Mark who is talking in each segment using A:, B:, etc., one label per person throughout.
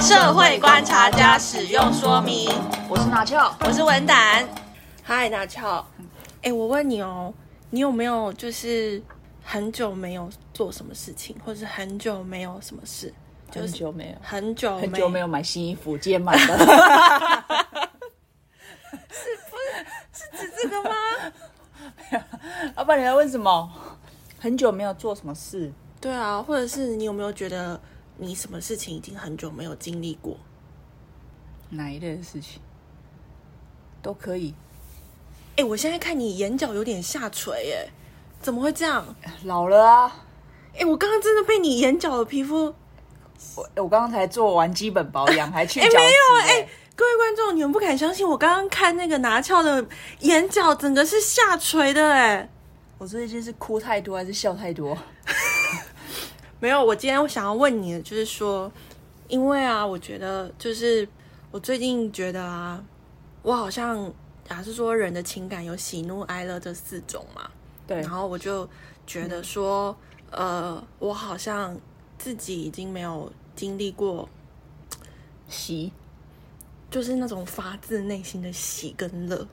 A: 社会观察家使用说明。
B: 我是拿翘，
A: 我是文胆，
C: 嗨，大俏。哎、我问你哦，你有没有就是很久没有做什么事情，或是很久没有什么事，就
B: 很
C: 是
B: 久没有，
C: 很久
B: 很久没
C: 有
B: 有买新衣服，今天买 的。
C: 是这 个吗？
B: 老啊板，你来问什么？很久没有做什么事，
C: 对啊，或者是你有没有觉得你什么事情已经很久没有经历过？
B: 哪一类的事情都可以。
C: 哎、我现在看你眼角有点下垂耶，怎么会这样？
B: 老了啊，
C: 哎、我刚刚真的被你眼角的皮肤……
B: 我我刚刚才做完基本保养，还去
C: 哎、
B: 角质、
C: 没有哎、
B: 哎、
C: 各位观众，你们不敢相信，我刚刚看那个拿翘的眼角整个是下垂的哎。
B: 我最近是哭太多还是笑太多？
C: 没有，我今天想要问你的就是说，因为啊，我觉得就是我最近觉得啊，我好像假是说人的情感有喜怒哀乐这四种嘛，
B: 对
C: 然后我就觉得说，呃，我好像自己已经没有经历过，
B: 喜
C: 就是那种发自内心的喜跟乐。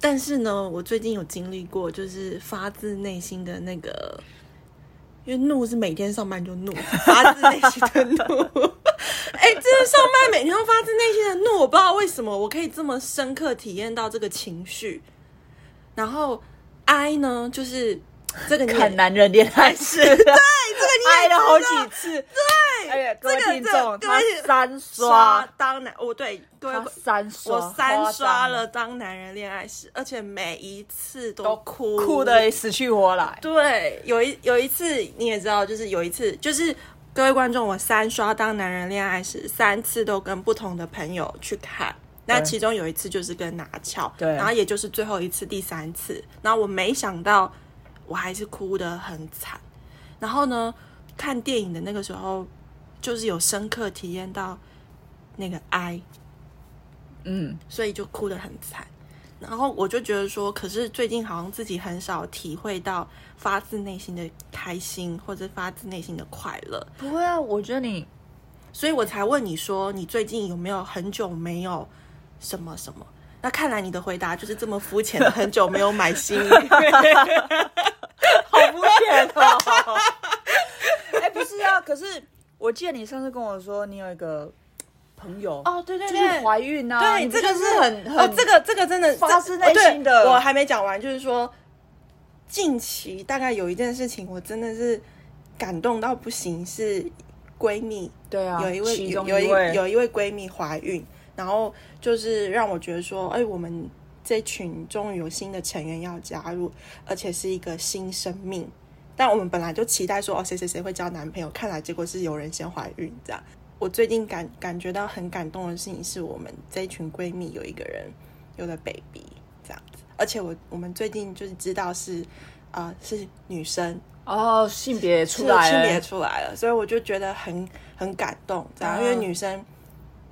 C: 但是呢，我最近有经历过，就是发自内心的那个，因为怒是每天上班就怒，发自内心的怒。哎、真的上班每天都发自内心的怒，我不知道为什么我可以这么深刻体验到这个情绪。然后哀呢，就是这个哎你也
B: 看男人恋 爱是对，这 个你
C: 也
B: 挨了哎好啊
C: 知道
B: 几次。
C: 对，
B: 哎呀，各位
C: 这个
B: 听
C: 这
B: 众，
C: 个
B: 他
C: 各位
B: 三刷
C: 刷，当然哦，对各位
B: 他三刷，
C: 我三刷
B: 夸张
C: 了《当男人恋爱时》，而且每一次都
B: 都
C: 哭
B: 哭的。死去活来。
C: 对，有一有一次你也知道，就是有一次，就是各位观众，我三刷《当男人恋爱时》，三次都跟不同的朋友去看。那
B: 对
C: 其中有一次就是跟拿翘，
B: 对
C: 然后也就是最后一次，第三次。然后我没想到，我还是哭得很惨。然后呢，看电影的那个时候，就是有深刻体验到那个哀，
B: 嗯，
C: 所以就哭得很惨。然后我就觉得说，可是最近好像自己很少体会到发自内心的开心或者发自内心的快乐，
B: 不会啊，我觉得 你
C: 所以我才问你说，你最近有没有很久没有什么什么？那看来你的回答就是这么肤浅的，很久没有买新衣。
B: 好肤浅哦。 哎、不是啊，可是我记得你上次跟我说，你有一个朋友，
C: 哦对对
B: 就是怀孕啊，
C: 对，
B: 你
C: 这个
B: 就是很很、
C: 哦，这个这个真的
B: 发
C: 这
B: 自内心的
C: 哦对我还没讲完，就是说，近期大概有一件事情，我真的是感动到不行，是闺蜜
B: 对啊，
C: 有一位
B: 其
C: 有
B: 中
C: 有
B: 一
C: 一有一位闺蜜怀孕，然后就是让我觉得说，哎，我们这群终于有新的成员要加入，而且是一个新生命。但我们本来就期待说，哦，谁谁谁会交男朋友，看来结果是有人先怀孕这样。我最近感感觉到很感动的事情是我们这一群闺蜜有一个人有了 baby 这样子，而且我我们最近就是知道是，啊是女生，
B: 哦，性别
C: 是
B: 出来
C: 性
B: 了，
C: 别出来了，所以我就觉得很很感动，这样，
B: 啊
C: 因为女生，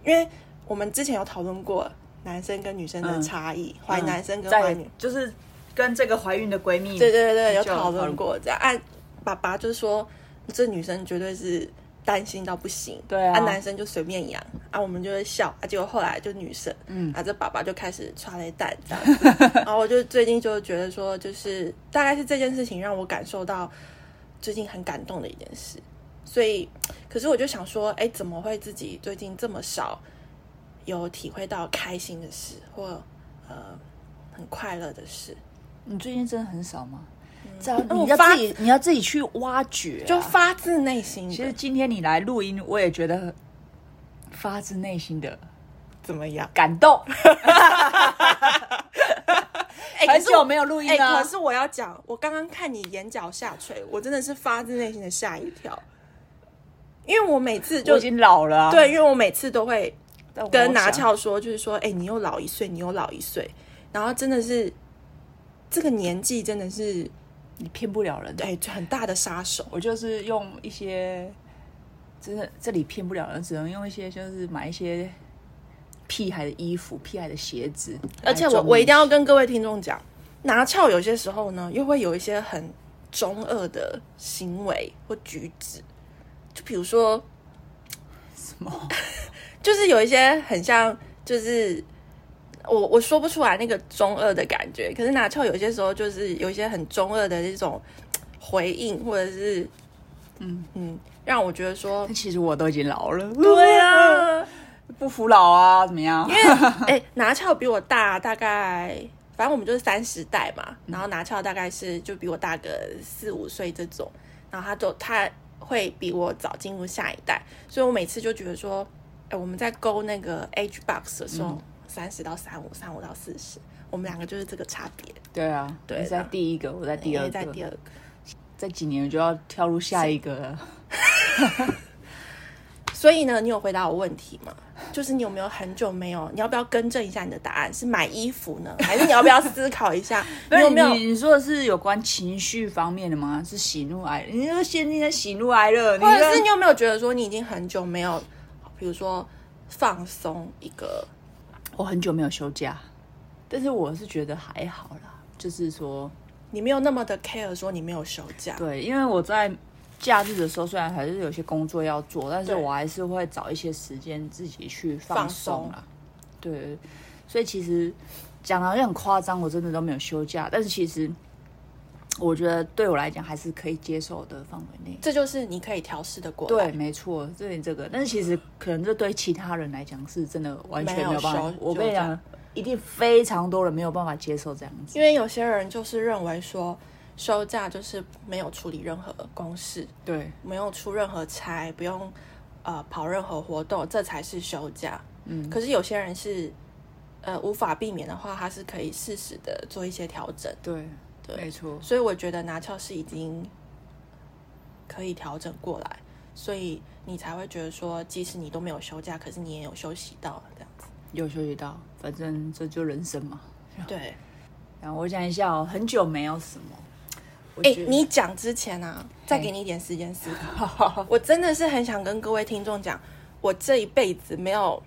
C: 因为我们之前有讨论过男生跟女生的差异，怀、男生跟怀
B: 嗯在
C: 女，
B: 就是跟这个怀孕的闺蜜，
C: 对对对，有
B: 就有
C: 讨
B: 讨
C: 论
B: 论
C: 过这样。按、爸爸就说，这女生绝对是担心到不行，
B: 对啊
C: 男生就随便养，啊，我们就会笑，啊，结果后来就女生，
B: 嗯
C: 啊，这爸爸就开始抓了一蛋这样 子，然后我就最近就觉得说，就是大概是这件事情让我感受到最近很感动的一件事，所以，可是我就想说，哎，怎么会自己最近这么少有体会到开心的事或呃很快乐的事？
B: 你最近真的很少吗？这样
C: 嗯
B: 你要
C: 我发
B: 自己，你要自己去挖掘、啊，
C: 就发自内心的，
B: 其实今天你来录音，我也觉得发自内心的
C: 怎么样？
B: 感动。
C: 哎
B: 很久没有录音
C: 哎、
B: 了，啊
C: 可是我要讲，我刚刚看你眼角下垂，我真的是发自内心的吓一跳，因为我每次
B: 我
C: 就
B: 已经老了啊、
C: 对，因为我每次都会
B: 但我
C: 跟拿
B: 想
C: 翘说，就是说，哎、你又老一岁，你又老一岁，然后真的是这个年纪真的是
B: 你骗不了人。，
C: 哎、很大的杀手，
B: 我就是用一些，真的这里骗不了人，只能用一些就是买一些屁孩的衣服、屁孩的鞋子。
C: 而且我我一定要跟各位听众讲，拿翘有些时候呢，又会有一些很中二的行为或举止，就比如说。
B: 什么？
C: 就是有一些很像，就是我我说不出来那个中二的感觉，可是拿翘有些时候就是有一些很中二的那种回应，或者是
B: 嗯
C: 嗯，让我觉得说
B: 但其实我都已经老了，
C: 对，啊，
B: 不服老啊，怎么样？
C: 因为哎、拿翘比我大大概。反正我们就是三十代嘛，然后拿翘大概是就比我大个四五岁这种，然后他就他会比我早进入下一代，所以我每次就觉得说，哎，我们在勾那个 age box 的时
B: 嗯
C: 候，三十、到三五，三五到四十，我们两个就是这个差别。
B: 对啊，
C: 对
B: 你在第一个，我在第
C: 因
B: 二
C: 为
B: 个，
C: 在第二个，
B: 在几年就要跳入下一个了。
C: 所以呢，你有回答我问题吗？就是你有没有很久没有？你要不要更正一下你的答案？是买衣服呢，还是你要不要思考一 下？
B: 不
C: 你
B: 是
C: 有没有？
B: 你你说的是有关情绪方面的吗？是喜怒哀，你那个陷进在喜怒哀乐，你
C: 或
B: 这
C: 者是你有没有觉得说你已经很久没有，比如说放松一个
B: 我很久没有休假，但是我是觉得还好啦，就是说，
C: 你没有那么的 care 说你没有休假，
B: 对，因为我在假日的时候虽然还是有些工作要做，但是
C: 对
B: 我还是会找一些时间自己去放
C: 放
B: 松
C: 松
B: 啦。对，所以其实讲的好像很夸张，我真的都没有休假，但是其实我觉得对我来讲还是可以接受的范围内。
C: 这就是你可以调试的过来。
B: 对，没错，这里这个，但是其实可能这对其他人来讲是真的完全
C: 没有
B: 没有办法
C: 收。
B: 我
C: 就
B: 跟你
C: 这
B: 讲
C: 样，
B: 一定非常多人没有办法接受这样子。
C: 因为有些人就是认为说休假就是没有处理任何公事，
B: 对，
C: 没有出任何差，不用呃跑任何活动，这才是休假。嗯，可是有些人是呃无法避免的话，他是可以适时的做一些调整。
B: 对，
C: 对
B: 没错。
C: 所以我觉得拿翘是已经可以调整过来，所以你才会觉得说，即使你都没有休假，可是你也有休息到这样子。
B: 有休息到，反正这就人生嘛。
C: 对，
B: 然后我想一下哦，很久没有什么。我
C: 哎、
B: 觉得哎
C: 你讲之前啊，再给你一点时间思考。我真的是很想跟各位听众讲，我这一辈子没有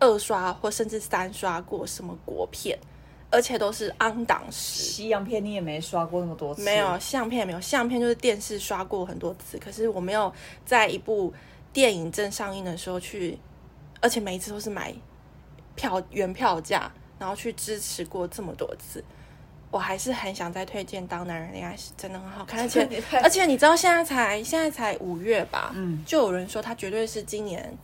C: 二刷或甚至三刷过什么国片，而且都是昂档时。
B: 西洋片你也没刷过那么多次，
C: 没有相片，没有相片，就是电视刷过很多次，可是我没有在一部电影正上映的时候去，而且每一次都是买票原票价，然后去支持过这么多次。我还是很想再推荐《当男人恋爱时》，真的很好看， 而且
B: 你太
C: 而且你知道现在才现在才五月吧，
B: 嗯，
C: 就有人说它绝对是今年，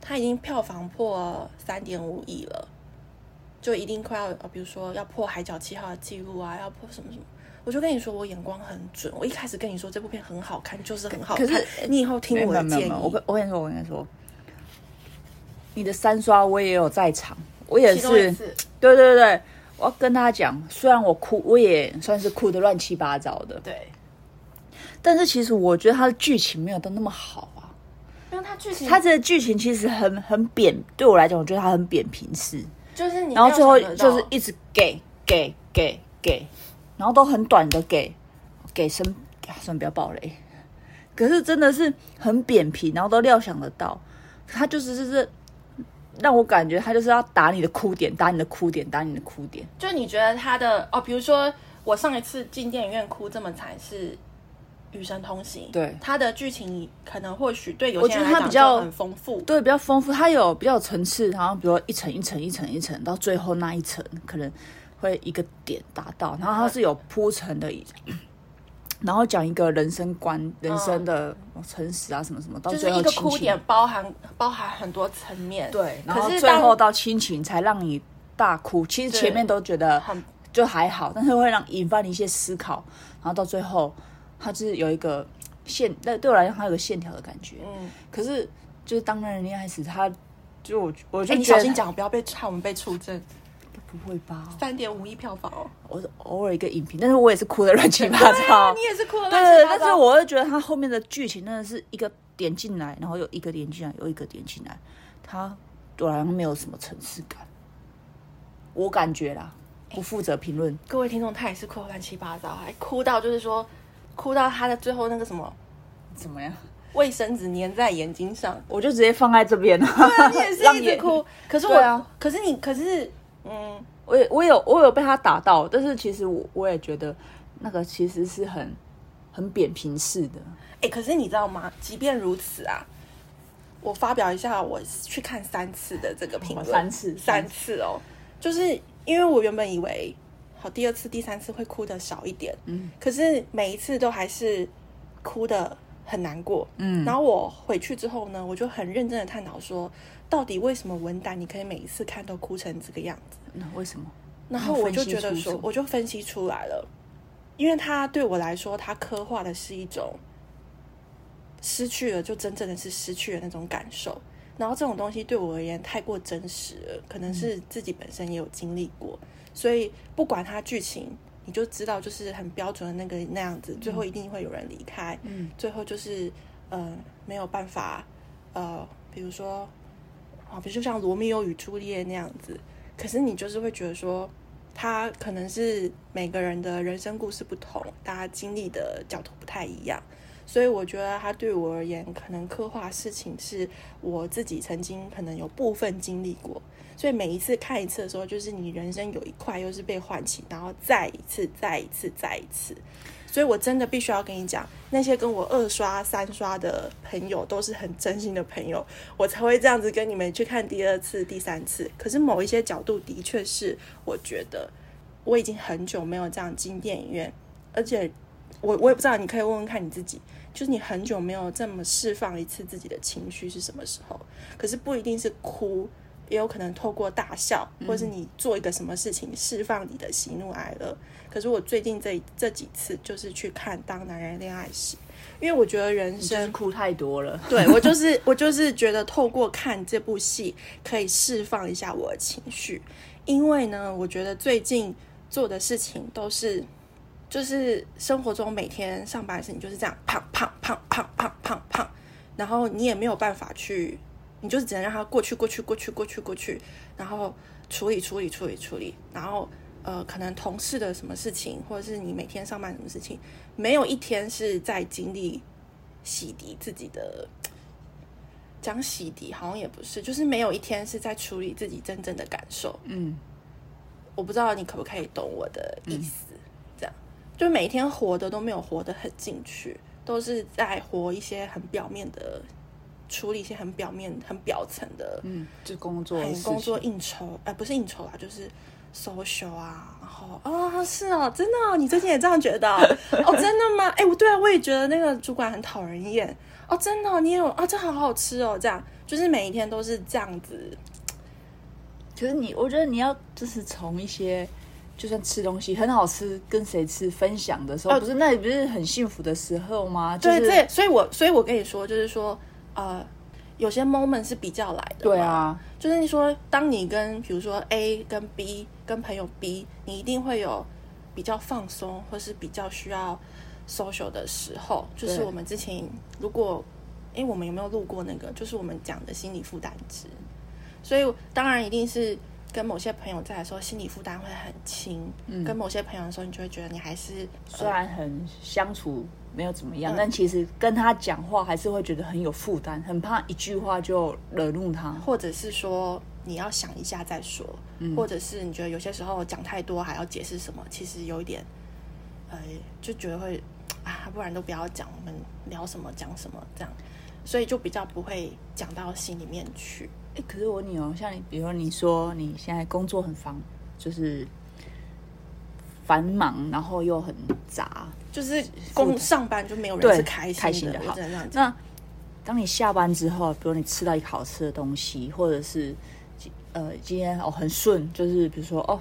C: 它已经票房破三点五亿了，就一定快要呃，比如说要破《海角七号》的记录啊，要破什么什么。我就跟你说，我眼光很准。我一开始跟你说这部片很好看，就是很好看。
B: 可是
C: 你以后听
B: 没有
C: 我
B: 没有
C: 的
B: 没有
C: 建
B: 没
C: 议
B: 有，我跟我跟你说，我跟你说，你的三刷我也有在场，我也
C: 其中一
B: 是，
C: 次
B: 对对对，我要跟他讲，虽然我哭，我也算是哭的乱七八糟的，
C: 对，
B: 但是其实我觉得他的剧情没有到那么好啊。
C: 因为它剧情
B: 他这个剧情其实很很扁，对我来讲，我觉得他很扁平式。
C: 就是你，
B: 然后最后就是一直给给给给，然后都很短的给给生，啊算了不要暴雷。可是真的是很扁平，然后都料想得到，他就是就是让我感觉他就是要打你的哭点，打你的哭点，打你的哭点。
C: 就你觉得他的哦，比如说我上一次进电影院哭这么惨是《与神同行》，
B: 对
C: 它的剧情可能或许对有
B: 我
C: 些
B: 觉得
C: 人来讲
B: 它比较
C: 就很丰富，
B: 对，比较丰富，它有比较有层次，然后比如说一层一层一层一层，到最后那一层可能会一个点达到，然后它是有铺陈的，然后讲一个人生观、人生的诚实啊什么什么，到
C: 嗯就是
B: 最后
C: 一个
B: 亲
C: 哭
B: 情
C: 点包含包含很多层面，
B: 对，然后
C: 可是
B: 最
C: 当
B: 后到亲情才让你大哭，其实
C: 对
B: 前面都觉得
C: 很
B: 就还好，但是会让引发你一些思考，然后到最后它就是有一个线，对对我来讲它有个线条的感觉，
C: 嗯，
B: 可是就是当男人恋爱时，他就我我
C: 哎，
B: 就
C: 你
B: 觉
C: 小
B: 得、
C: 心讲，不要被害我们被出征，
B: 不会吧？
C: 三点五亿票房哦，
B: 我是偶尔一个影评，但是我也是哭的乱七八糟。
C: 啊你也是哭了，
B: 对对，但是我会觉得他后面的剧情真的是一个点进来，然后又一个点进来，又一个点进来，他对我来讲没有什么层次感，我感觉啦，不负责评论。
C: 各位听众他也是哭得乱七八糟，还哭到就是说哭到他的最后那个什么
B: 怎么样？
C: 卫生纸粘在眼睛上。
B: 我就直接放在这边了。啊
C: 啊你也是
B: 让
C: 一直
B: 眼
C: 哭，可是我，
B: 对啊
C: 可是你，可是，嗯，
B: 我也我有我有被他打到，但是其实我我也觉得那个其实是很很扁平式的。
C: 哎、可是你知道吗？即便如此啊，我发表一下我去看三次的这个评论，
B: 哦三次
C: 三次哦，就是因为我原本以为好第二次、第三次会哭的少一点，嗯，可是每一次都还是哭的很难过，嗯，然后我回去之后呢，我就很认真的探讨说，到底为什么文胆你可以每一次看都哭成这个样子？
B: 那为什么？
C: 然后我就觉
B: 哦分
C: 得
B: 析出什
C: 说
B: 么，
C: 我就分析出来了，因为它对我来说，它刻画的是一种失去了，就真正的是失去了那种感受。然后这种东西对我而言太过真实了，可能
B: 嗯
C: 是自己本身也有经历过，所以不管它剧情，你就知道就是很标准的那个那样子，最
B: 嗯
C: 后一定会有人离开，嗯，最后就是呃没有办法，呃，比如说啊，比如就像罗密欧与朱丽叶那样子，可是你就是会觉得说，他可能是每个人的人生故事不同，大家经历的角度不太一样，所以我觉得他对我而言，可能刻画事情是我自己曾经可能有部分经历过，所以每一次看一次的时候，就是你人生有一块又是被唤起，然后再一次、再一次、再一次。所以我真的必须要跟你讲，那些跟我二刷、三刷的朋友都是很真心的朋友，我才会这样子跟你们去看第二次、第三次。可是某一些角度的确是，我觉得我已经很久没有这样进电影院，而且我我也不知道，你可以问问看你自己，就是你很久没有这么释放一次自己的情绪是什么时候？可是不一定是哭。也有可能透过大笑，或是你做一个什么事情释放你的喜怒哀乐。可是我最近这这几次就是去看《当男人恋爱时》，因为我觉得人
B: 真
C: 生
B: 哭太多了。
C: 对我就是我就是觉得透过看这部戏可以释放一下我的情绪，因为呢，我觉得最近做的事情都是，就是生活中每天上班时你就是这样胖胖胖胖胖胖胖，然后你也没有办法去，你就是只能让它过去过去过去过去过去，然后处理处理处理处理，然后呃，可能同事的什么事情，或者是你每天上班什么事情，没有一天是在经历洗涤自己的。讲洗涤好像也不是，就是没有一天是在处理自己真正的感受。
B: 嗯，
C: 我不知道你可不可以懂我的意思，这样就每天活的都没有活得很进去，都是在活一些很表面的，处理一些很表面、很表层的，
B: 嗯，就工作的
C: 很
B: 事
C: 工作
B: 情
C: 应酬，呃，不是应酬啦，就是 social 啊，然后哦，是哦，真的哦，你最近也这样觉得哦？哦真的吗？哎，我对啊，我也觉得那个主管很讨人厌哦，真的哦、你也有哦，这好好吃哦，这样就是每一天都是这样子，
B: 可是你，我觉得你要就是从一些，就算吃东西很好吃，跟谁吃分享的时候，
C: 哦
B: 不是那也不是很幸福的时候吗？
C: 对，
B: 就是、
C: 这所以我所以我跟你说，就是说，呃，有些 moment 是比较来的，
B: 对，啊，
C: 就是说，当你跟比如说 A 跟 B 跟朋友 B，你一定会有比较放松或是比较需要 social 的时候，就是
B: 对
C: 我们之前如果，哎，我们有没有录过那个？就是我们讲的心理负担值，所以当然一定是。跟某些朋友在的时候，心理负担会很轻；跟某些朋友的时候，你就会觉得你还是
B: 虽然很相处没有怎么样，但其实跟他讲话还是会觉得很有负担，很怕一句话就惹怒他。
C: 或者是说你要想一下再说，
B: 嗯
C: 或者是你觉得有些时候讲太多还要解释什么，其实有一点，呃，就觉得会啊，不然都不要讲，我们聊什么讲什么这样，所以就比较不会讲到心里面去。
B: 哎、可是我问你哦，像你，比如说你说你现在工作很繁，就是繁忙，然后又很杂，
C: 就是
B: 负
C: 工
B: 担
C: 上班就没有人
B: 对
C: 是开
B: 开
C: 心
B: 心
C: 的，
B: 的
C: 我
B: 好
C: 只能这样讲。
B: 那当你下班之后，比如你吃到一个好吃的东西，或者是今呃今天哦很顺，就是比如说哦，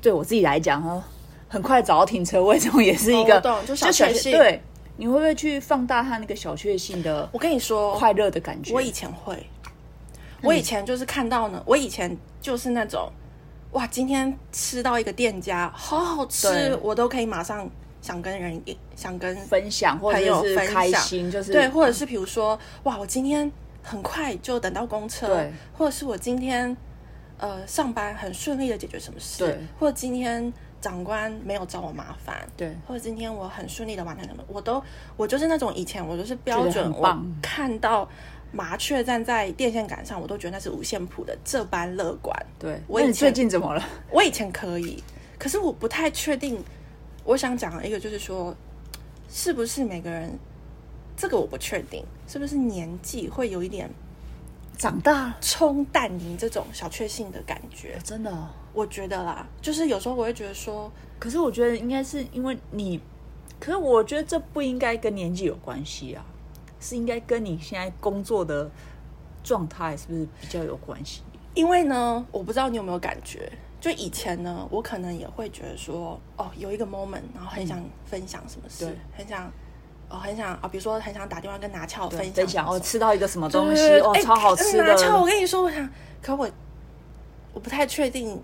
B: 对我自己来讲哦，很快找到停车位，这种也是一
C: 哦
B: 个、
C: 我懂就小
B: 小
C: 确
B: 确
C: 幸
B: 对，你会不会去放大他那个小确幸的
C: 我跟你说，
B: 快乐的感觉？
C: 我以前会，我以前就是看到呢，我以前就是那种，哇，今天吃到一个店家好好吃
B: 对，
C: 我都可以马上想跟人想跟
B: 分享或
C: 朋友
B: 者是
C: 分享
B: 开心，就是
C: 对，或者是比如说，哇，我今天很快就等到公车
B: 对，
C: 或者是我今天呃上班很顺利的解决什么事
B: 对，
C: 或者今天长官没有找我麻烦，
B: 对
C: 或者今天我很顺利的完成什么，我都我就是那种以前我就是标
B: 觉得
C: 准，
B: 很
C: 我
B: 棒
C: 看到麻雀站在电线杆上，我都觉得那是无限谱的这般乐观。
B: 对。
C: 我
B: 那
C: 以
B: 你最
C: 前
B: 近怎么了？
C: 我以前可以，可是我不太确定。我想讲的一个就是说，是不是每个人，这个我不确定，是不是年纪会有一点
B: 长大了，
C: 冲淡你这种小确幸的感觉。
B: 真的哦、
C: 我觉得啦，就是有时候我会觉得说，
B: 可是我觉得应该是因为你，可是我觉得这不应该跟年纪有关系啊，是应该跟你现在工作的状态是不是比较有关系？
C: 因为呢，我不知道你有没有感觉，就以前呢，我可能也会觉得说，哦，有一个 moment，然后很想分享什么事，
B: 嗯对
C: 很想，哦，很想啊、比如说很想打电话跟拿翘分享
B: 分享
C: 什么
B: 哦，吃到一个什么东西
C: 对对对
B: 哦，
C: 哎
B: 超好吃
C: 拿翘，我
B: 的，
C: 跟你说，我想，可我我不太确定，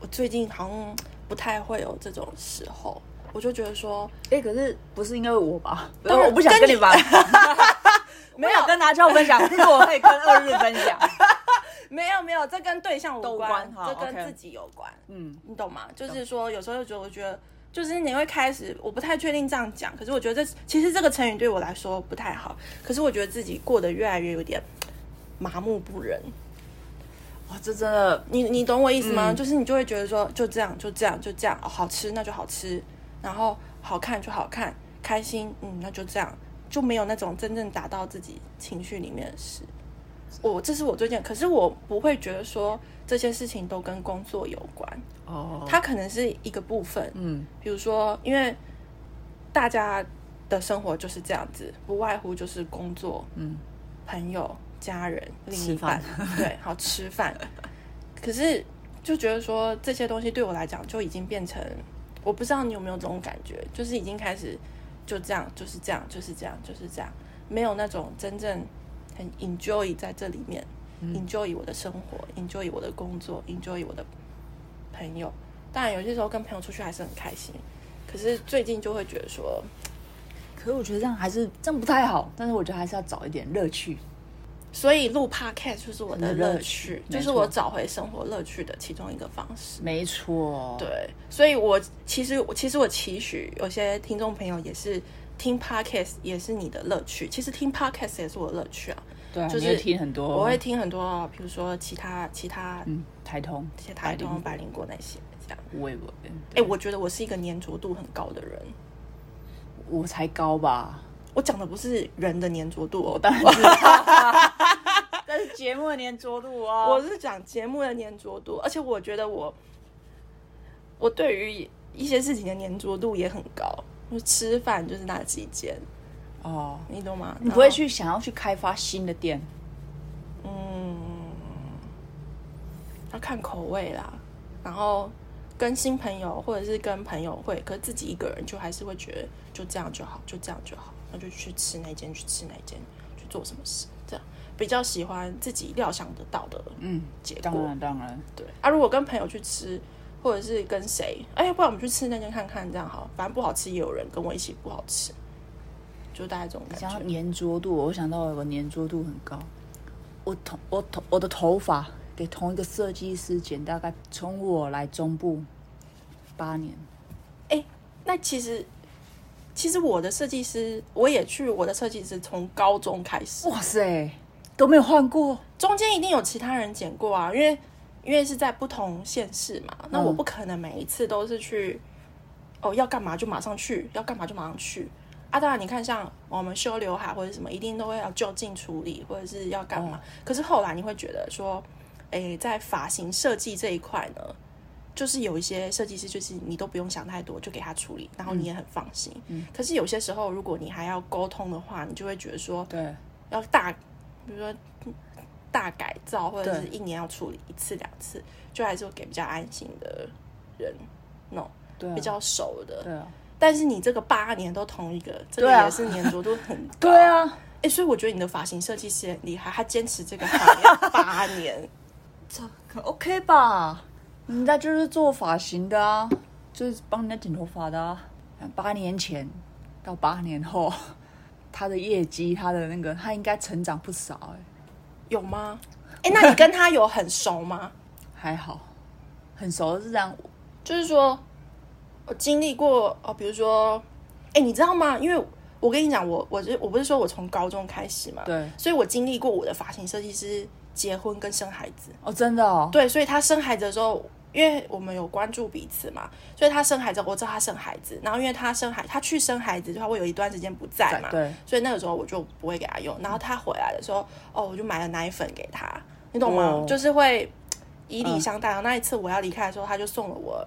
C: 我最近好像不太会有这种时候，我就觉得说，
B: 哎，可是不是因为我吧？
C: 当然
B: 我不想跟你吧， 没有跟拿翘分享，这个我可以跟二日分享。
C: 没有没有，这跟对象
B: 都
C: 无
B: 无
C: 关
B: 关，好
C: 这跟
B: OK
C: 自己有关，
B: 嗯，
C: 你懂吗？就是说，有时候就觉得，我觉得。就是你会开始，我不太确定这样讲，可是我觉得这其实这个成语对我来说不太好，可是我觉得自己过得越来越有点麻木不仁，
B: 哇，这真的
C: 你你懂我意思吗？就是你就会觉得说就这样就这样就这样、哦，好吃那就好吃，然后好看就好看，开心嗯那就这样，就没有那种真正打到自己情绪里面的事。我这是我最近，可是我不会觉得说这些事情都跟工作有关，
B: 哦，
C: 它可能是一个部分。
B: 嗯，
C: 比如说，因为大家的生活就是这样子，不外乎就是工作，
B: 嗯，
C: 朋友、家人、另一
B: 吃
C: 半
B: 饭，
C: 对，好吃饭。可是就觉得说这些东西对我来讲就已经变成，我不知道你有没有这种感觉，就是已经开始就这样，就是这样，就是这样，就是这样，没有那种真正很 enjoy 在这里面、enjoy
B: 嗯
C: 我的生活，enjoy 我的工作，enjoy 我的朋友。当然，有些时候跟朋友出去还是很开心，可是最近就会觉得说，
B: 可是我觉得这样还是这样不太好，但是我觉得还是要找一点乐趣。
C: 所以录 podcast 就是我的
B: 真的
C: 乐
B: 乐
C: 趣
B: 趣，
C: 就
B: 没
C: 是
B: 错
C: 我找回生活乐趣的其中一个方式。
B: 没错，
C: 对，所以我其实我其实我期许有些听众朋友也是听 podcast 也是你的乐趣，其实听 podcast 也是我的乐趣啊。
B: 对啊，
C: 就是
B: 你会听很多，
C: 我会听很多，比如说其他其他
B: 嗯，台通，
C: 其他台东、百
B: 百
C: 灵果那些这样。
B: 我也不，
C: 哎、我觉得我是一个粘着度很高的人，
B: 我才高吧，
C: 我讲的不是人的粘着度哦，
B: 当然知道，但是节目的粘着度哦
C: 我是讲节目的粘着度，而且我觉得我我对于一些事情的粘着度也很高。就吃饭就是那几间，
B: 哦，
C: 你懂吗？
B: 你不会去想要去开发新的店，
C: 要看口味啦，然后跟新朋友或者是跟朋友会，可是自己一个人就还是会觉得就这样就好，就这样就好，那就去吃那间，去吃那间，去做什么事，这样比较喜欢自己料想得到的
B: 嗯，
C: 结
B: 当
C: 果。
B: 然当然，
C: 对啊，如果跟朋友去吃，或者是跟谁，哎，不然我们去吃那间看看，这样好，反正不好吃也有人跟我一起不好吃，就大概这种感
B: 想要
C: 觉。
B: 粘着度，我想到我粘着度很高，我头我头我的头发给同一个设计师剪，大概从我来中部八年，
C: 哎那其实。其实我的设计师，我也去我的设计师从高中开始，
B: 哇塞，都没有换过，
C: 中间一定有其他人剪过啊，因为因为是在不同县市嘛，那我不可能每一次都是去，哦，要干嘛就马上去，要干嘛就马上去。啊，当然，你看像我们修刘海或者什么，一定都会要就近处理，或者是要干嘛。可是后来你会觉得说，诶，在发型设计这一块呢，就是有一些设计师，就是你都不用想太多，就给他处理，然后你也很放心。可是有些时候，如果你还要沟通的话，你就会觉得说，
B: 对，
C: 要大，比如说大改造，或者
B: 对
C: 是一年要处理一次两次，就还是会给比较安心的人弄，
B: 对啊
C: 比较熟的。
B: 对啊，
C: 但是你这个八年都同一个，这个
B: 对啊
C: 也是粘着度很 高。
B: 对啊。
C: 哎、所以我觉得你的发型设计师很厉害，他坚持这个行业八年。
B: 可 OK 吧？人家就是做发型的啊，就是帮人家剪头发的啊。八年前到八年后， 他的业绩，他的那个，他应该成长不少哎、
C: 有吗？哎、那你跟他有很熟吗？
B: 还好，很熟是这样。
C: 就是说，我经历过哦，比如说，哎、你知道吗？因为我跟你讲，我我是我不是说我从高中开始嘛，
B: 对
C: 所以我经历过我的发型设计师结婚跟生孩子，
B: 哦，真的哦，
C: 对，所以他生孩子的时候，因为我们有关注彼此嘛，所以她生孩子，我知道她生孩子，然后因为她生孩，她去生孩子，她会有一段时间不在嘛，
B: 对，
C: 所以那个时候我就不会给她用，然后她回来的时候，哦，我就买了奶粉给她，你懂吗？
B: 哦
C: 就是会以礼相待。然后那一次我要离开的时候，她就送了我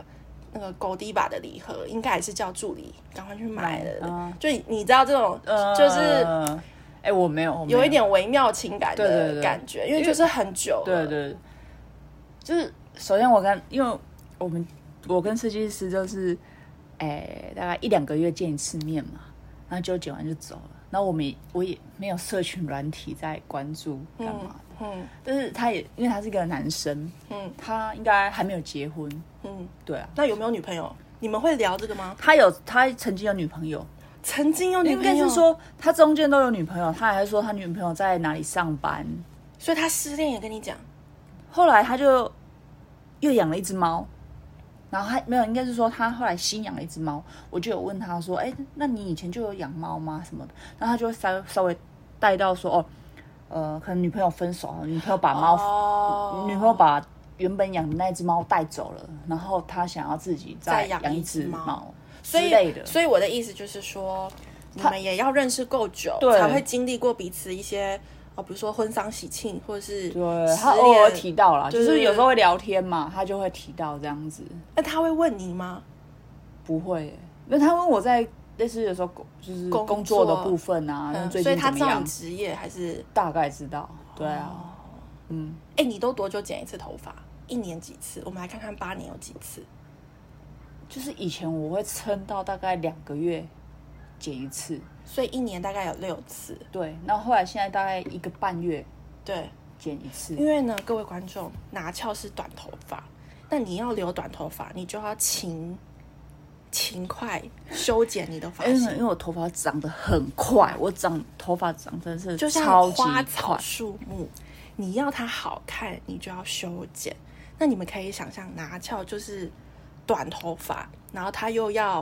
C: 那个狗迪吧的礼盒，应该也是叫助理赶快去买了，
B: 嗯
C: 就你你知道这种、
B: 呃
C: 就是。
B: 哎、我没有，我没
C: 有一，点微妙情感
B: 对对
C: 的
B: 对
C: 感觉，因为就是很久了，
B: 对对，对就是首先我跟，因为我们我跟设计师就是，哎、大概一两个月见一次面嘛，然后就剪完就走了，然后我们也我也没有社群软体在关注干嘛的，
C: 嗯
B: 但是他也因为他是一个男生，
C: 嗯
B: 他应该还没有结婚，
C: 嗯。
B: 对啊，
C: 那有没有女朋友？你们会聊这个吗？
B: 他有他曾经有女朋友，
C: 曾经有女
B: 应
C: 朋
B: 该
C: 友，
B: 是，说他中间都有女朋友，他还说他女朋友在哪里上班，
C: 所以他失恋也跟你讲，
B: 后来他就又养了一只猫，然后他没有，应该是说他后来新养了一只猫，我就有问他说，哎、那你以前就有养猫吗？什么的，然后他就稍稍微带到说，哦，呃，可能女朋友分手了，女朋友把猫、
C: 哦
B: 女朋友把原本养的那只猫带走了，然后他想要自己
C: 再养
B: 养
C: 一
B: 只
C: 只猫
B: 猫之
C: 所以
B: 类的，
C: 所以我的意思就是说，你们也要认识够久，
B: 对
C: 才会经历过彼此一些哦，比如说婚丧喜庆，或者是
B: 对
C: 失
B: 他偶尔
C: 恋
B: 提。到啦，
C: 对
B: 就
C: 对
B: 是有
C: 对
B: 时候会聊天嘛，他就会提到这样子。
C: 那他会问你吗？
B: 不会耶，那他问我在类似有时候工就是
C: 工作
B: 工作的部分啊，那
C: 嗯，
B: 最
C: 所以
B: 近
C: 他
B: 怎
C: 知
B: 么
C: 道
B: 样
C: 你？职业还是？
B: 大概知道，对啊，嗯，
C: 哎，你都多久剪一次头发？一年几次？我们来看看八年有几次。
B: 就是以前我会撑到大概两个月剪一次，
C: 所以一年大概有六次。
B: 对，那后来现在大概一个半月
C: 对，
B: 剪一次，
C: 因为呢，各位观众，拿翘是短头发，那你要留短头发，你就要勤勤快修剪你的发
B: 因为因
C: 型，
B: 为我头发长得很快，我长头发长真的是
C: 就
B: 超
C: 像
B: 级
C: 花
B: 快
C: 草，树木，你要它好看，你就要修剪。那你们可以想象，拿翘就是短头发，然后它又要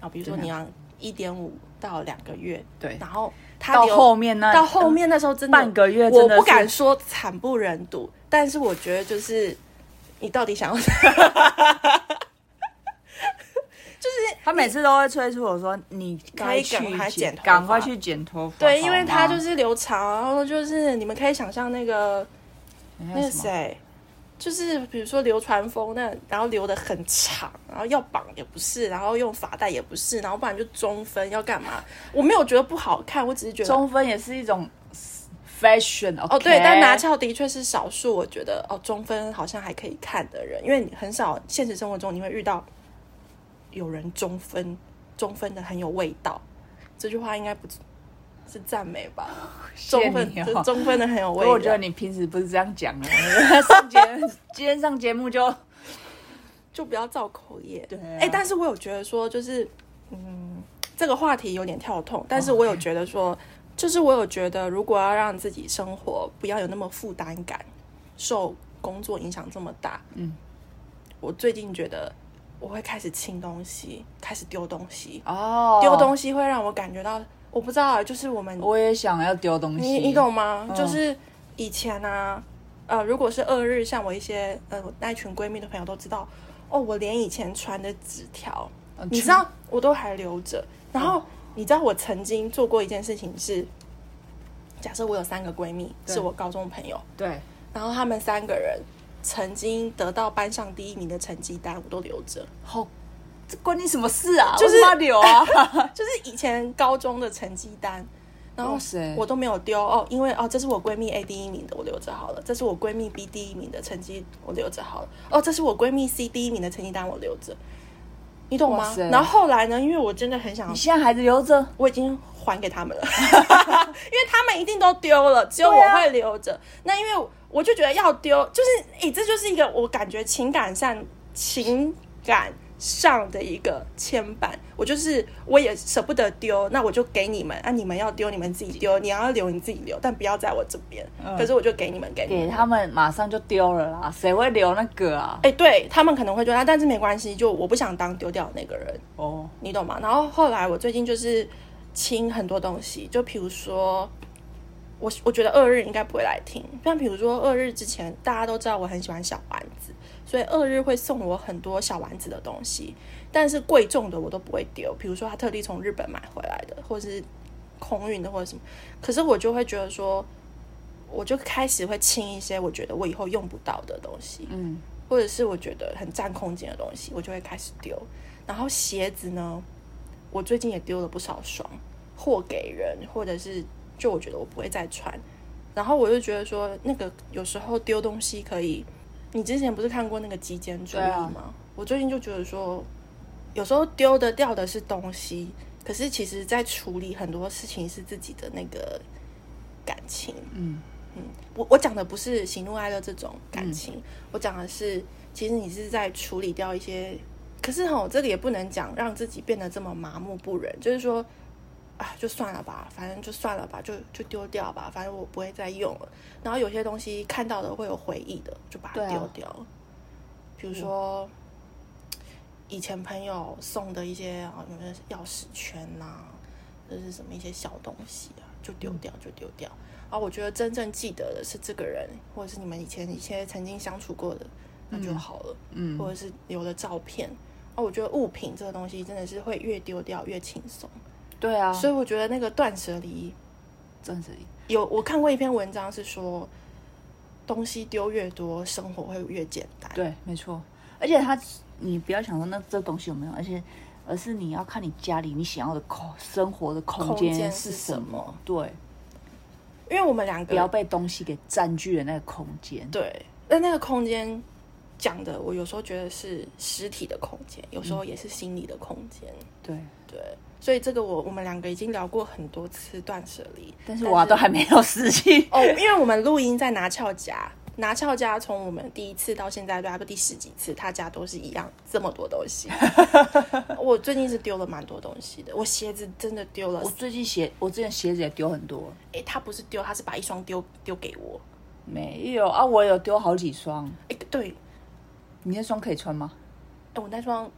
C: 啊，比如说
B: 对啊
C: 你要一点五到两个月，
B: 对
C: 然后它
B: 到
C: 留
B: 后面那
C: 到后面那时候真的
B: 呃半个月真
C: 我
B: 的
C: 不敢
B: 是
C: 说惨不忍睹，但是我觉得就是你到底想要，
B: 嗯他每次都会催促我说：“你
C: 可
B: 该
C: 以
B: 去
C: 赶快剪头发
B: 赶快去剪头发。”
C: 对，因为他
B: 他
C: 就是留长，然后就是你们可以想象那个那
B: 那
C: 个谁，就是比如说流川枫那，然后留的很长，然后要绑也不是，然后用发带也不是，然后不然就中分要干嘛？我没有觉得不好看，我只是觉得。
B: 中分也是一种 fashion
C: 啊哦，对，但拿翘的确是少数，我觉得哦，中分好像还可以看的人，因为你很少现实生活中你会遇到有人中分，中分的很有味道。这句话应该不是是赞美吧？中分，
B: 你哦
C: 这中分的很有味
B: 所以
C: 道。
B: 我觉得你平时不是这样讲的。上节今天上节目就
C: 就不要造口业。
B: 对啊
C: 哎、但是我有觉得说，就是嗯，这个话题有点跳痛，但是我有觉得说，就是我有觉得，如果要让自己生活不要有那么负担感，受工作影响这么大，
B: 嗯，
C: 我最近觉得我会开始清东西，开始丢东西，
B: 哦
C: 丢东西会让我感觉到，我不知道啊，就是我们
B: 我也想要丢东西，
C: 你你懂吗？
B: 嗯
C: 就是以前啊，呃，如果是二日，像我一些呃我那一群闺蜜的朋友都知道，哦，我连以前传的纸条，
B: 呃？
C: 你
B: 去
C: 知道我都还留着。
B: 嗯
C: 然后你知道我曾经做过一件事情是，假设我有三个闺蜜
B: 对
C: 是我高中朋友，
B: 对
C: 然后她们三个人曾经得到班上第一名的成绩单，我都留着。
B: 好，这关你什么事啊？
C: 就是
B: 我他妈留啊！
C: 就是以前高中的成绩单，然后
B: 哇塞
C: 我都没有丢哦，因为哦，这是我闺蜜 A 第一名的，我留着好了；这是我闺蜜 B 第一名的成绩，我留着好了；哦，这是我闺蜜 C 第一名的成绩单，我留着，你懂
B: 哇
C: 吗？
B: 塞
C: 然后后来呢，因为我真的很想
B: 你，现在还留着，
C: 我已经还给他们了， 因为他们一定都丢了，只有我会
B: 啊
C: 留着。那因为我就觉得要丢，就是，诶，这就是一个我感觉情感上情感上的一个牵绊。我就是我也舍不得丢，那我就给你们，啊，你们要丢你们自己丢，你要留你自己留，但不要在我这边。
B: 嗯
C: 可是我就给你们，给你们
B: 给。他们马上就丢了啦，谁会留那个啊？
C: 哎、对他们可能会觉得，啊但是没关系，就我不想当丢掉的那个人。
B: 哦，
C: 你懂吗？然后后来我最近就是清很多东西，就比如说，我我觉得二日应该不会来听，但比如说二日之前大家都知道我很喜欢小丸子，所以二日会送我很多小丸子的东西，但是贵重的我都不会丢，比如说他特地从日本买回来的，或者是空运的或者什么，可是我就会觉得说，我就开始会清一些我觉得我以后用不到的东西，嗯，或者是我觉得很占空间的东西，我就会开始丢。然后鞋子呢，我最近也丢了不少双，或给人，或者是就我觉得我不会再穿。然后我就觉得说，那个有时候丢东西可以，你之前不是看过那个极简主义
B: 对啊
C: 吗？我最近就觉得说，有时候丢的掉的是东西，可是其实在处理很多事情是自己的那个感情。嗯我我讲的不是喜怒哀乐这种
B: 嗯
C: 感情，我讲的是其实你是在处理掉一些。可是吼，这个也不能讲让自己变得这么麻木不仁，就是说。啊，就算了吧，反正就算了吧，就就丢掉吧，反正我不会再用了。然后有些东西看到的会有回忆的，就把它
B: 对啊嗯
C: 丢掉。比如说、以前朋友送的一些啊，什么钥匙圈啊呐、就是什么一些小东西啊，就丢掉，就丢掉。啊，我觉得真正记得的是这个人，或者是你们以前一些曾经相处过的，那就好了。嗯，或者是留的照片。啊，我觉得物品这个东西真的是会越丢掉越轻松。
B: 对啊，
C: 所以我觉得那个断舍离，
B: 断舍离，
C: 有我看过一篇文章是说，东西丢越多，生活会越简单。
B: 对，没错。而且它，你不要想说那这东西有没有，而且而是你要看你家里你想要的空生活的空
C: 空
B: 间
C: 间是
B: 是什
C: 什
B: 么
C: 么，
B: 对，
C: 因为我们两
B: 不要
C: 个
B: 被东西给占据了那个空间。
C: 对，那那个空间讲的，我有时候觉得是实体的空间，有
B: 嗯
C: 时候也是心理的空间。
B: 对，
C: 对，所以这个我我们两个已经聊过很多次断舍离，
B: 但是我啊都还没有实际。
C: 哦，因为我们录音在拿翘家，拿翘家从我们第一次到现在，大概第十几次，他家都是一样这么多东西。 我最近是丢了蛮多东西的，我鞋子真的丢了
B: 我，最近鞋，我之前鞋子也丢很多，
C: 诶，他不是丢，他是把一双丢丢给我。
B: 没有啊，我有丢好几双。
C: 诶，对，
B: 你那双可以穿吗？
C: 诶我那 双，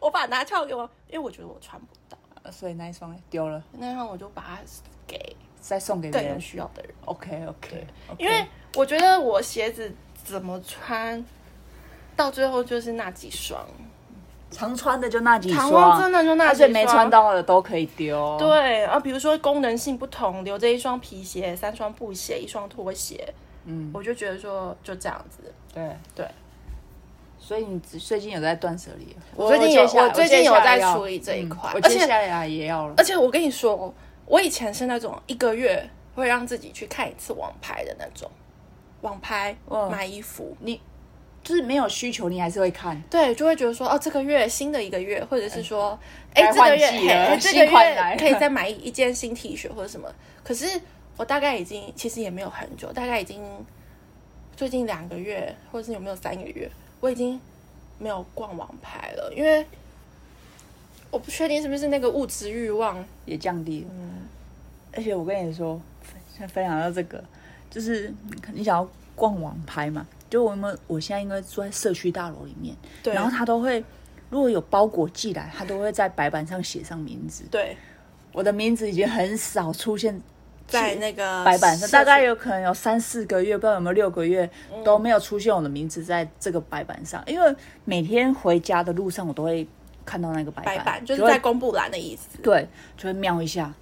C: 我把拿翘给我，因为我觉得我穿不到，
B: 呃所以那一双丢了，
C: 那双我就把它给
B: 再送给别
C: 更有
B: 人。
C: 需要的人。
B: OK OK，
C: 因为我觉得我鞋子怎么穿，到最后就是那几
B: 哦
C: 双，
B: 常穿的就那几
C: 常
B: 双，
C: 温真的就那
B: 而
C: 几双
B: 且没穿到的都可以丢。，
C: 对啊，比如说功能性不同，留着一双皮鞋、三双布鞋、一双拖鞋，嗯，我就觉得说就这样子。
B: 对
C: 对，
B: 所以你只最近有在断舍离了？
C: 最近有
B: 接下来
C: 我最近有
B: 接下来
C: 在
B: 要
C: 处理这一块
B: 嗯我
C: 而
B: 接
C: 且
B: 下来也要了
C: 而。且我跟你说，我以前是那种一个月会让自己去看一次网拍的那种，网拍、
B: 嗯
C: 买衣服，
B: 你就是没有需求，你还是会看。
C: 对，就会觉得说，哦，这个月新的一个月，或者是说，哎、
B: 该
C: 这个
B: 嗯换
C: 月
B: 季了
C: 嘿这
B: 新
C: 个
B: 款来
C: 月
B: 了
C: 可以再买一一件新 T 恤或者什么。可是我大概已经，其实也没有很久，大概已经最近两个月，或者是有没有三个月，我已经没有逛网拍了，因为我不确定是不是那个物质欲望，
B: 也降低了。
C: 嗯
B: 而且我跟你说，分分享到这个，就是你想要逛网拍嘛，就我们我现在因为住在社区大楼里面，
C: 对
B: 然后他都会如果有包裹寄来，他都会在白板上写上名字。
C: 对，
B: 我的名字已经很少出现
C: 在那个
B: 白板上，大概
C: 有
B: 有可能有三四个月，不知道有没有六个月都没有出现我的名字在这个白板上，因为每天回家的路上我都会看到那个白板，
C: 白板，就是
B: 会
C: 在公布栏的意思。
B: 对，就会瞄一下。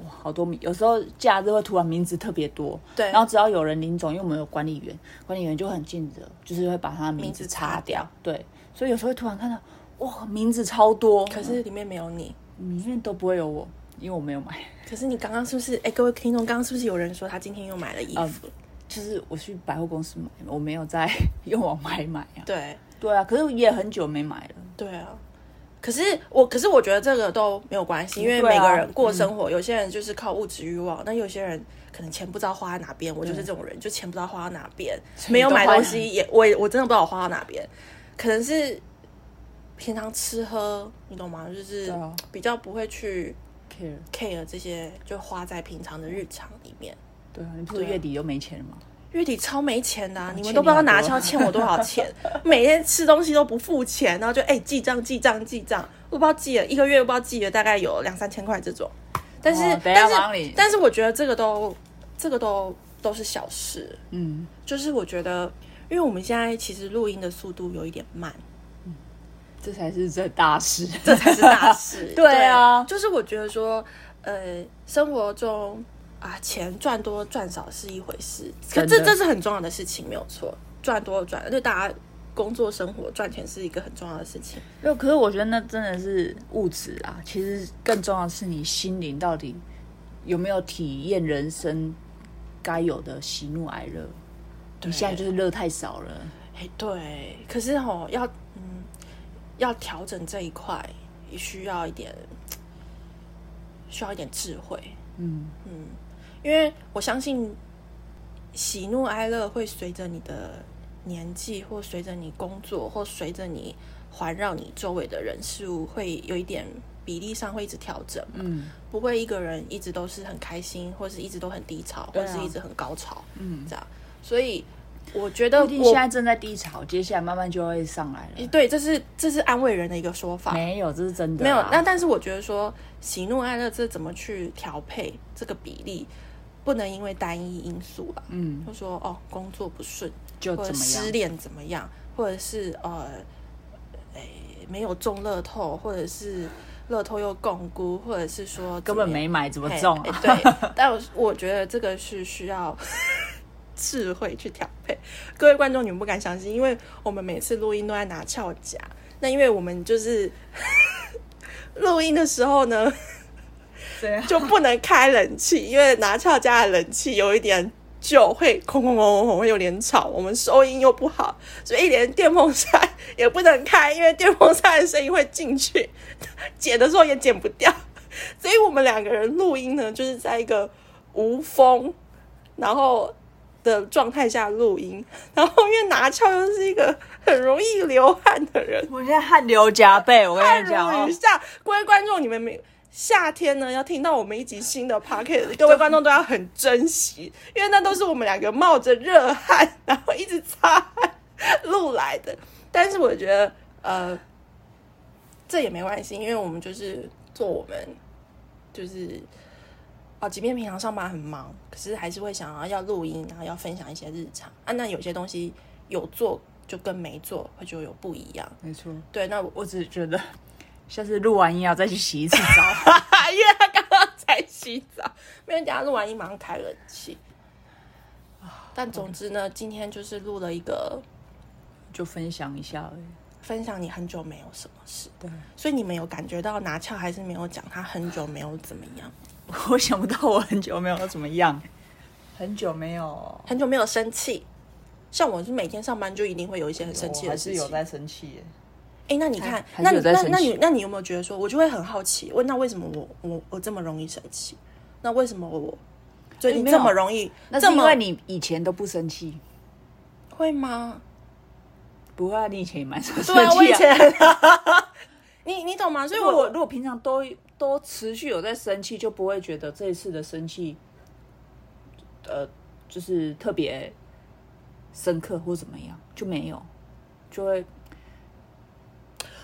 B: 哇，好多名，有时候假日会突然名字特别多，
C: 对
B: 然后只要有人领走，因为我们有管理员，管理员就很尽责，就是会把他的名字
C: 字
B: 擦
C: 擦掉
B: 对，所以有时候会突然看到，哇，名字超多，
C: 可是里面没有你。
B: 里面都不会有我，因为我没有买，
C: 可是你刚刚是不是？哎，各位听众，刚刚是不是有人说他今天又买了衣
B: 嗯
C: 服？
B: 就是我去百货公司买，我没有在 用网拍买啊。
C: 对
B: 对啊，可是也很久没买了。
C: 对啊。可是我，可是我觉得这个都没有关系，因为
B: 对
C: 每
B: 啊
C: 个人过生活，有些人就是靠物质欲望，那有些人可能钱不知道花在哪边。我就是这种人，就钱不知道花到哪边，没有买东西也，我也我真的不知道我花到哪边，可能是平常吃喝，你懂吗？就是
B: 对啊
C: 比较不会去
B: care，
C: care 这些，就花在平常的日常里面。
B: 对啊，你不是月底又没钱了吗？
C: 月底超没钱的啊、你们
B: 哦欠
C: 都不知道
B: 你好
C: 拿
B: 多
C: 翘欠我多少钱， 每天吃东西都不付钱，然后就哎、记账记账记账，我不知道记了一个月，不知道记了大概有两三千块这种，但是、
B: 哦等一下
C: 但
B: 忙你
C: 是但是我觉得这个都这个都都是小事，
B: 嗯，
C: 就是我觉得因为我们现在其实录音的速度有一点慢，
B: 这才是这大事。。
C: 这才是大事
B: 对啊
C: 就是我觉得说，呃，生活中啊，钱赚多赚少是一回事，可
B: 真的
C: 这这是很重要的事情，没有错。赚多赚，而且大家工作生活赚钱是一个很重要的事情。
B: 就可是我觉得那真的是物质啊，其实更重要的是你心灵到底有没有体验人生该有的喜怒哀乐。你现在就是乐太少了，
C: 哎，对，可是吼、要嗯，要调整这一块，也需要一点，需要一点智慧。
B: 嗯
C: 嗯，因为我相信喜怒哀乐会随着你的年纪，或随着你工作，或随着你环绕你周围的人事物，会有一点比例上会一直调整嘛。
B: 嗯
C: 不会一个人一直都是很开心，或是一直都很低潮，
B: 对
C: 或
B: 啊
C: 是一直很高潮，
B: 嗯。
C: 这样。所以我觉得
B: 不一定现
C: 我
B: 在正在低潮，接下来慢慢就会上来了。
C: 对，这是这是安慰人的一个说法。
B: 没有，这是真的啊
C: 没有
B: 啦。，
C: 那但是我觉得说喜怒哀乐这怎么去调配这个比例，不能因为单一因素吧。
B: 嗯，
C: 就说哦，工作不顺，
B: 就
C: 或者
B: 怎么
C: 失
B: 样？
C: 恋怎么样，或者是呃，诶、没有中乐透，或者是呃乐透又共估，或者是说
B: 根
C: 怎么
B: 本
C: 样
B: 没买，怎么
C: 嘿
B: 中
C: 嘿
B: 啊？
C: 对，但我我觉得这个是需要 智慧去调配。各位观众，你们不敢相信，因为我们每次录音都在拿翘夹。那因为我们就是 录音的时候呢，
B: 对啊，
C: 就不能开冷气，因为拿翘家的冷气有一点旧，会空空空空空，会有点吵，我们收音又不好，所以连电风扇也不能开，因为电风扇的声音会进去，剪的时候也剪不掉。所以我们两个人录音呢，就是在一个无风，然后的状态下录音，然后因为拿翘又是一个很容易流汗的人，
B: 我现在汗流浃背，我
C: 汗
B: 跟你讲
C: 如
B: 哦
C: 雨，下。各位观众，你们没夏天呢，要听到我们一集新的 p o c k e t 各位观众都要很珍惜，因为那都是我们两个冒着热汗，然后一直擦汗录来的。但是我觉得，呃，这也没关系，因为我们就是做我们就是。哦，即便平常上班很忙，可是还是会想要要录音，然后要分享一些日常啊。那有些东西有做就跟没做会就有不一样。
B: 没错，
C: 对，那我
B: 我只是觉得下次录完音要再去洗一次澡。
C: 因为他刚刚才洗澡，没有等下录完音马上开冷气。
B: 啊
C: 但总之呢，今天就是录了一个
B: 就分享一下而已。
C: 分享你很久没有什么事，
B: 对，
C: 所以你们有感觉到拿翘还是没有讲他很久没有怎么样，
B: 哦我想不到我很久没有怎么样，很久没有
C: 很久没有生气。像我是每天上班就一定会有一些很生气的事情，哎、
B: 生气耶。
C: 那你看，
B: 还
C: 那
B: 是
C: 你
B: 有在
C: 那
B: 生
C: 那
B: 气
C: 你那你有没有觉得说，我就会很好奇，问那为什么我我我这么容易生气？那为什么我最近
B: 哎没有
C: 这么容易？
B: 那是
C: 这
B: 因
C: 么
B: 为你以前都不生气，
C: 会吗？
B: 不会啊，你以前也蛮生气
C: 对啊，我以
B: 啊。
C: 前，你你懂吗？所以
B: 如果
C: 我
B: 我如果平常都都持续有在生气，就不会觉得这一次的生气，呃，就是特别深刻或怎么样，就没有，就会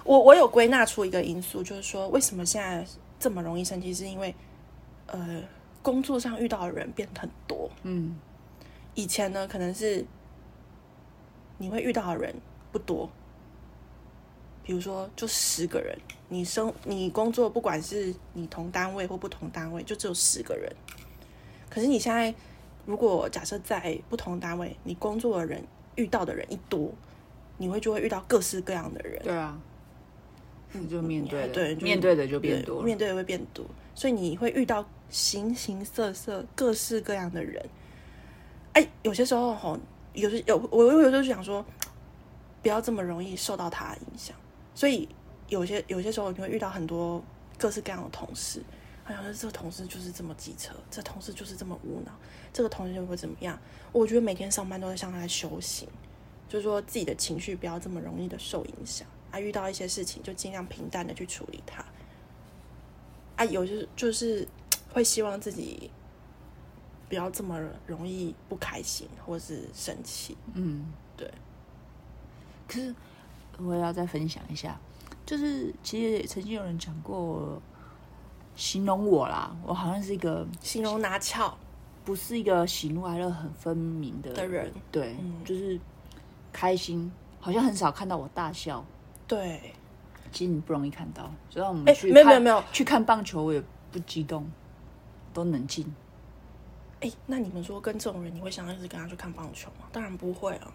C: 我我有归纳出一个因素，就是说为什么现在这么容易生气，是因为呃工作上遇到的人变得很多。
B: 嗯
C: 以前呢，可能是你会遇到的人不多，比如说就十个人，你生你工作不管是你同单位或不同单位，就只有十个人。可是你现在如果假设在不同单位，你工作的人遇到的人一多，你会就会遇到各式各样的人。
B: 对啊，你就面对了，
C: 对，就是
B: 面对的就变多
C: 对
B: 了，
C: 面对的会变多，所以你会遇到形形色色、各式各样的人。哎，有些时候吼，有时有我我有时候就想说，不要这么容易受到他的影响。所以有些有些时候你会遇到很多各式各样的同事，哎呀，这个同事就是这么机车，这同事就是这么无脑，这个同事就会怎么样？我觉得每天上班都在向他修行，就是说自己的情绪不要这么容易的受影响啊，遇到一些事情就尽量平淡的去处理它。啊，有就是就是会希望自己不要这么容易不开心或是生气。
B: 嗯，
C: 对。
B: 可是我也要再分享一下，就是其实也曾经有人讲过，形容我啦，我好像是一个
C: 形容拿翘，
B: 不是一个喜怒哀乐很分明的
C: 的人，
B: 对，
C: 嗯
B: 就是开心，好像很少看到我大笑。
C: 对，
B: 其实你不容易看到，所以我们
C: 哎
B: 去看、
C: 没有没有没有
B: 去看棒球，我也不激动，都冷静。
C: 哎、那你们说跟这种人，你会想要一直跟他去看棒球吗？当然不会啊！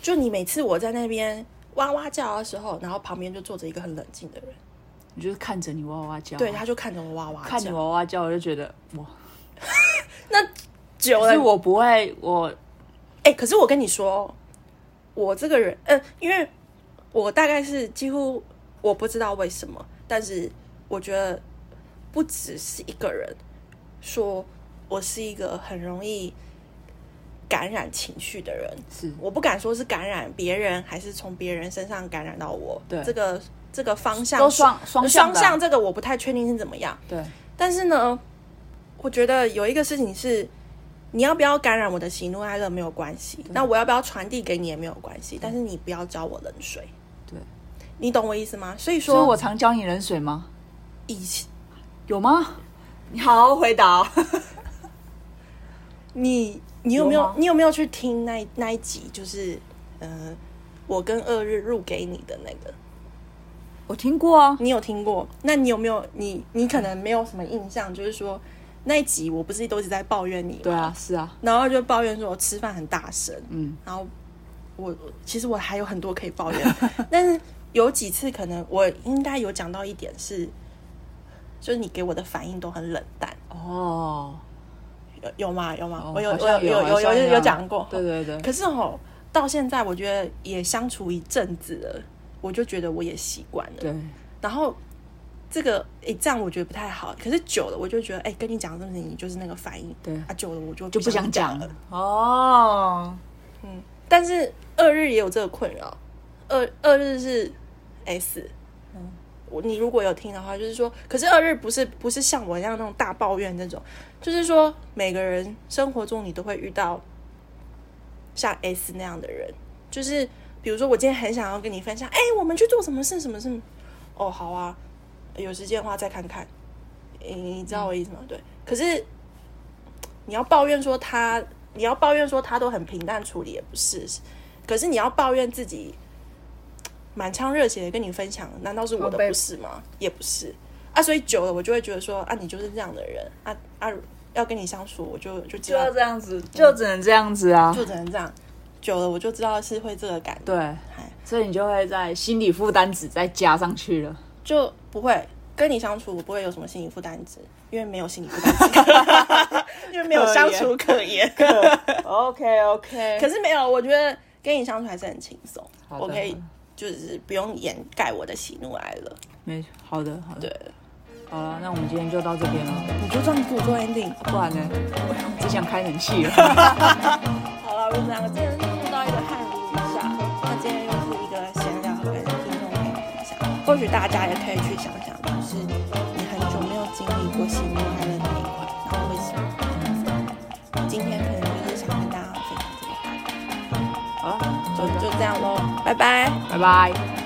C: 就你每次我在那边哇哇叫的时候，然后旁边就坐着一个很冷静的人，
B: 你就是看着你哇哇叫，
C: 对，他就看着我哇哇
B: 哦看你
C: 叫。
B: 哇哇叫，我就觉得哇。
C: 久
B: 可
C: 了
B: 是，我不会，我
C: 哎、可是我跟你说，我这个人，嗯，因为我大概是几乎我不知道为什么，但是我觉得不只是一个人说我是一个很容易感染情绪的人，
B: 是
C: 我不敢说是感染别人，还是从别人身上感染到我。
B: 对
C: 这个这个方向呃
B: 都双双向
C: 双
B: 吧
C: 向，这个我不太确定是怎么样。
B: 对，
C: 但是呢，我觉得有一个事情是，你要不要感染我的喜怒哀乐没有关系，那我要不要传递给你也没有关系，但是你不要浇我冷水。
B: 对，
C: 你懂我意思吗？所以
B: 所以
C: 说，
B: 我常教你冷水吗？
C: 以前
B: 有吗？你好好回答哦、
C: 你你有没
B: 有
C: 有
B: 吗
C: 你有没有去听那那一集？就是呃，我跟二日录给你的那个。
B: 我听过啊，
C: 你有听过？那你有没有你你可能没有什么印象？就是说那一集我不是都一直在抱怨你吗
B: 对，啊，是啊，
C: 然后就抱怨说我吃饭很大声，
B: 嗯，
C: 然后我其实我还有很多可以抱怨， 但是有几次可能我应该有讲到一点是，就是你给我的反应都很冷淡，
B: 哦，
C: 有有吗？有吗？
B: 哦
C: 我有
B: 好
C: 我
B: 像
C: 有有
B: 好
C: 有
B: 像
C: 有有讲过，
B: 对对对，
C: 可是哦，到现在我觉得也相处一阵子了，我就觉得我也习惯了。
B: 对，
C: 然后这个诶、这样我觉得不太好。可是久了，我就觉得诶、跟你讲这种事情，你就是那个反应。
B: 对
C: 啊，久了我就
B: 就不想讲
C: 了
B: 了。。哦，
C: 但是二日也有这个困扰，二二日是 S。我你如果有听的话，就是说，可是二日不是不是像我一样那种大抱怨那种，就是说每个人生活中你都会遇到像 S 那样的人，就是比如说我今天很想要跟你分享，哎、我们去做什么事什么事，哦，好啊，有时间的话再看看，你你知道我意思吗？对，可是你要抱怨说他，你要抱怨说他都很平淡处理也不是，可是你要抱怨自己满腔热血的跟你分享，难道是我的不是吗？也不是啊，所以久了我就会觉得说啊，你就是这样的人啊啊，要跟你相处我就就知
B: 就
C: 道
B: 要这样子，就只能这样子啊，
C: 就只能这样，久了我就知道是会这个感觉，
B: 对，
C: 哎
B: 所以你就会在心理负担值再加上去了。
C: 就不会跟你相处，我不会有什么心理负担值，因为没有心理负担 值，因为没有相处可言。
B: OK OK，
C: 可是没有，我觉得跟你相处还是很轻松，
B: 好的
C: 我可以就是不用掩盖我的喜怒哀乐。
B: 没好的好的，
C: 对，
B: 好了，那我们今天就到这边了，
C: 你就这样给我做 ending。
B: 不然呢，我只想开冷气了。
C: 好了，我们两个真的是录到一个汗如雨下，那今天又是一个闲聊跟听众朋友分享，或许大家也可以去想想，就是你很久没有经历过喜怒哀乐那一块，然后为什么？今天可能就是想跟大家分享这个话题，
B: 好了，
C: 就就这样喽，拜拜。
B: 拜拜。